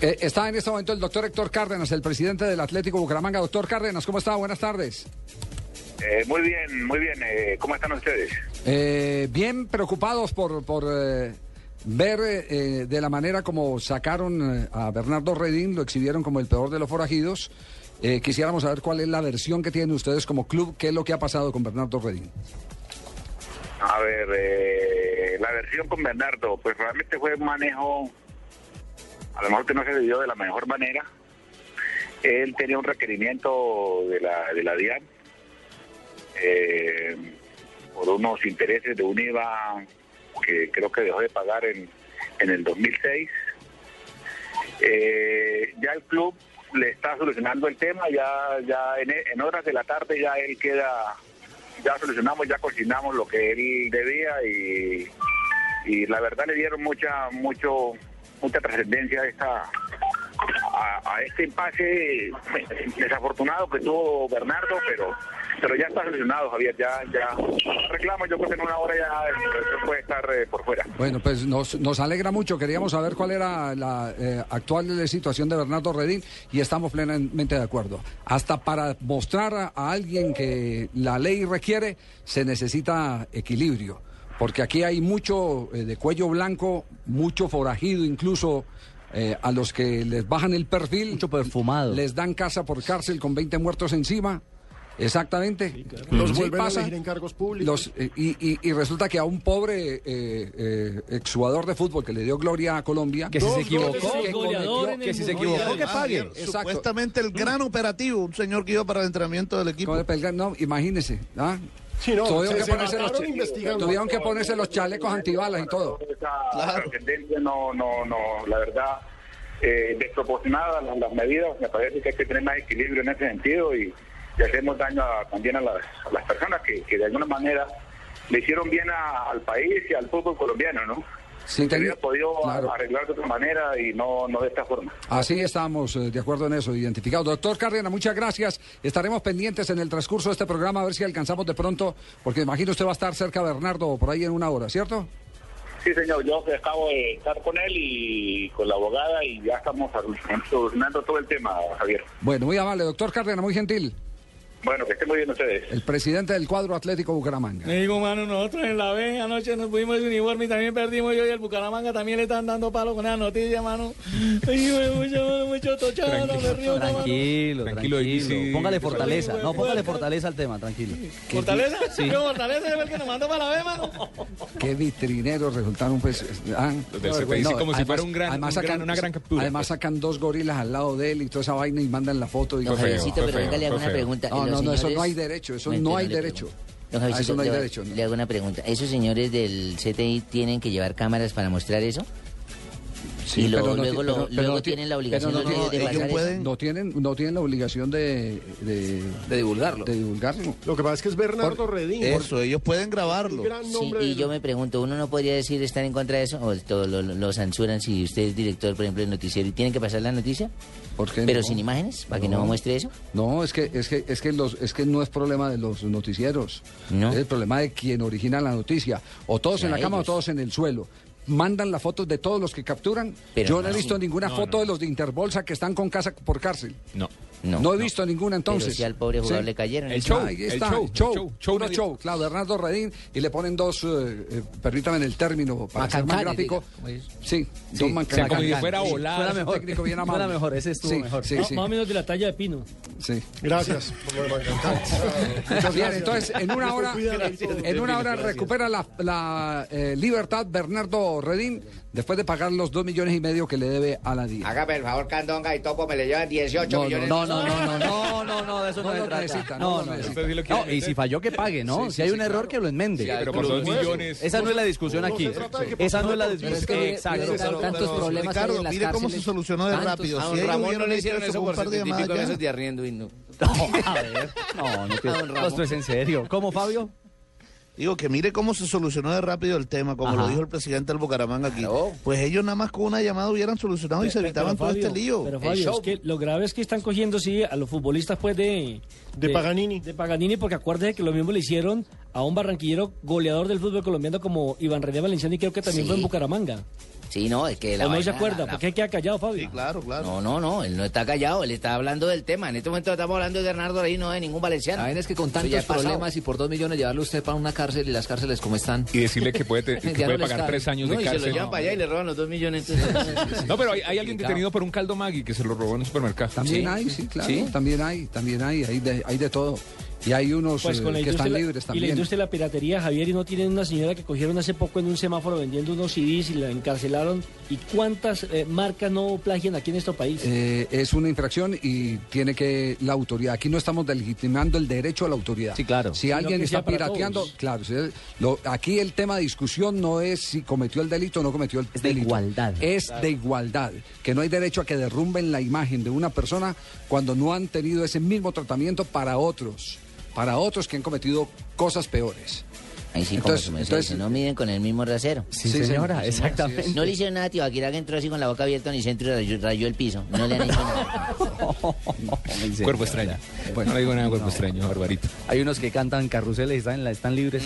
Eh, está en este momento el doctor Héctor Cárdenas, el presidente del Atlético Bucaramanga. Doctor Cárdenas, ¿cómo está? Buenas tardes. Eh, muy bien, muy bien. Eh, ¿Cómo están ustedes? Eh, bien preocupados por, por eh, ver eh, de la manera como sacaron eh, a Bernardo Redín, lo exhibieron como el peor de los forajidos. Eh, quisiéramos saber cuál es la versión que tienen ustedes como club, qué es lo que ha pasado con Bernardo Redín. A ver, eh, la versión con Bernardo, pues realmente fue un manejo, a lo mejor que no se vivió de la mejor manera. Él tenía un requerimiento de la, de la DIAN eh, por unos intereses de un IVA que creo que dejó de pagar en, en el 2006. Eh, ya el club le está solucionando el tema, ya, ya en, en horas de la tarde ya él queda ya solucionamos, ya cocinamos lo que él debía y, y la verdad le dieron mucha, mucho, mucha trascendencia a esta a, a este impasse desafortunado que tuvo Bernardo, pero pero ya está solucionado Javier, ya, ya reclamo, yo creo que en una hora ya eh, puede estar eh, por fuera. Bueno, pues nos, nos alegra mucho. Queríamos saber cuál era la eh, actual situación de Bernardo Redín y estamos plenamente de acuerdo. Hasta para mostrar a, a alguien que la ley requiere, se necesita equilibrio. Porque aquí hay mucho eh, de cuello blanco, mucho forajido incluso. eh, a los que les bajan el perfil. Mucho perfumado. Les dan casa por cárcel con 20 muertos encima. Exactamente. Los Sí vuelven a pasa. elegir en cargos públicos. Los, eh, y, y- y resulta que a un pobre eh, eh, exjugador de fútbol que le dio gloria a Colombia. Que si se equivocó, que cometió- que si se equivocó, que pague. Exacto. Supuestamente el gran Mm. operativo, un señor que iba para el entrenamiento del equipo. Con el pelga- No, imagínese. ¿ah? Sí, no, tuvieron, se- que se ponerse los, mataron cha- investigando. tuvieron que ponerse los chalecos antibalas y todo. Esa Claro. trascendencia no, no, no, la verdad, eh, desproporcionada las, las medidas, me parece que hay que tener más equilibrio en ese sentido y, y hacemos daño a- también a las, a las personas que, que de alguna manera le hicieron bien a- al país y al fútbol colombiano, ¿no? Sí, Se tenía- hubiera podido claro. arreglar de otra manera y no, no de esta forma. Así estamos eh, de acuerdo en eso, identificados. Doctor Cárdenas, muchas gracias. Estaremos pendientes en el transcurso de este programa a ver si alcanzamos de pronto, porque imagino usted va a estar cerca de Bernardo por ahí en una hora, ¿cierto? Sí, señor, yo acabo de estar con él y con la abogada y ya estamos solucionando todo el tema, Javier. Bueno, muy amable, doctor Cárdenas, muy gentil. Bueno, que estén muy bien ustedes. El presidente del cuadro Atlético Bucaramanga. Le digo, mano, nosotros en la B anoche nos pudimos de uniforme y también perdimos yo y el Bucaramanga también le están dando palo con esa noticia, mano. Ay, güey, mucho, mano, mucho tochado, me río, mano. Tranquilo, tranquilo. Tranquilo, ahí sí. Póngale fortaleza. eh. No, póngale Fuerza. fortaleza al tema, tranquilo. ¿Fortaleza? Sí. Sí. Fortaleza es el que nos mandó para la B, mano. Qué vitrineros resultaron, pues. eh, ah, Los del CPI, sí, como si fuera un gran- un gran- una gran captura, Además, pues. sacan dos gorilas al lado de él y toda esa vaina y mandan la foto. Y Don Fue feo, Javiercito, fue pero feo, venga, le hago fue una feo. pregunta. No, ¿Y los no, no, eso señores? no hay derecho, eso no Mentira, hay le derecho. pregunto. Don A eso Javiercito, no hay le- derecho, no. Le hago una pregunta. ¿Esos señores del CTI tienen que llevar cámaras para mostrar eso? y lo- pero no luego ti- lo- pero- pero luego no ti- tienen la obligación pero no los medios de tienen- pasar ellos eso. pueden- No tienen, no tienen la obligación de, de, divulgarlo. De divulgarlo. Lo que pasa es que es Bernardo Redín. Eso, ellos pueden porque es grabarlo. un gran Sí, nombre y del- yo me pregunto, ¿uno no podría decir estar en contra de eso? ¿O todo lo, lo- lo censuran si usted es director, por ejemplo, del noticiero y tiene que pasar la noticia? ¿Por qué Pero no? sin imágenes, para que no muestre eso. No, es que, es que, es que los, es que no es problema de los noticieros. No. Es el problema de quien origina la noticia. O todos en la A cama ellos. o todos en el suelo. Mandan las fotos de todos los que capturan. Pero Yo no, he no. visto ninguna No, foto no. de los de Interbolsa que están con casa por cárcel. No. No, he visto ninguna entonces. Pero si al pobre jugador Sí. le cayeron. El eso. show, Ahí el está, show, show, show, el show, show puro medio- show. Claro, Bernardo Redín y le ponen dos, eh, eh, permítanme el término para ser más Macancanes, gráfico. diga, como ellos. Sí, Sí, dos O sea, como si mancanes. fuera volada. Fuera mejor. técnico bien Fuera amable. mejor, ese estuvo Sí, mejor. Sí, No, sí, Más o menos de la talla de Pino. sí. Gracias. por lo de Mancancán. Muchas Bien, gracias. entonces en una hora, en una hora recupera la, la, eh, libertad Bernardo Redín después de pagar los dos millones y medio que le debe a la DIA. Hágame el favor, Candonga y Topo, me le Ah, llevan 18 No, millones. No, no, no, no, no, no, no, de eso no, No se lo trata. necesita, no no, lo no, no. necesita. Usted sí lo quiere No, y si meter. falló que pague, ¿no? Sí, si hay sí, un sí, error claro. que lo enmende. Pero por dos millones. Esa no es la discusión No se aquí. trata de que Esa no es la pasó discusión. la Es que- Exacto. Pero tantos problemas que hay en Ricardo, las mire cómo se cárceles. solucionó de Tantos. rápido. A Si don ellos Ramón no hubieran le hecho hicieron eso como por un par de 70 y llamadas pico de ya. esos de arriendo y no. No, a ver. No, no Don pienso. Ramón. Esto es en serio. ¿Cómo, Fabio? Digo que mire cómo se solucionó de rápido el tema, como lo Ajá. dijo el presidente del Bucaramanga aquí. Claro. Pues ellos nada más con una llamada hubieran solucionado y se Pero, evitaban todo Fabio, este lío. Pero Fabio, es que lo grave es que están cogiendo sí a los futbolistas pues de, De Paganini. De Paganini, porque acuérdese que lo mismo le hicieron a un barranquillero goleador del fútbol colombiano como Iván René Valenciano y creo que también Sí. fue en Bucaramanga. Sí, no, es que la ¿O no vaina, se acuerda? la- ¿Por qué queda callado, Fabio? Sí, claro, claro. No, no, no, él no está callado, él está hablando del tema. En este momento estamos hablando de Bernardo Rey, no de ningún valenciano. La vaina es que con Eso ya tantos ha pasado. problemas y por dos millones llevarlo usted para una cárcel y las cárceles como están. Y decirle que puede, te- que Ya no puede les pagar cabe. tres años No, de y se lo cárcel. llevan para allá y le roban los dos millones. entonces- No, pero hay, hay alguien detenido por un caldo Maggi que se lo robó en un supermercado. También hay, sí, claro. ¿Sí? También hay, también hay, hay de, hay de todo. Y hay unos Pues eh, con la que industria, están la- libres Y la también. industria de la piratería, Javier, y no tienen una señora que cogieron hace poco en un semáforo vendiendo unos CDs y la encarcelaron. ¿Y cuántas eh, marcas no plagian aquí en nuestro país? Eh, es una infracción y tiene que la autoridad. Aquí no estamos delegitimando el derecho a la autoridad. Sí, claro. Si Sino alguien que sea está para pirateando, todos. claro. si es- lo- aquí el tema de discusión no es si cometió el delito o no cometió el Es de delito. igualdad. Es de igualdad. Que no hay derecho a que derrumben la imagen de una persona cuando no han tenido ese mismo tratamiento para otros. Para otros que han cometido cosas peores. Ahí sí, como Entonces- se me entonces- dice, no miden con el mismo rasero. Sí, señora, exactamente. No le hicieron nada, tío. Akira que entró así con la boca abierta en el centro y rayó, rayó el piso. No le han hecho nada. Cuerpo extraño. Bueno, no le digo nada, cuerpo extraño, barbarito. Hay unos que cantan carruseles y están, la- están libres.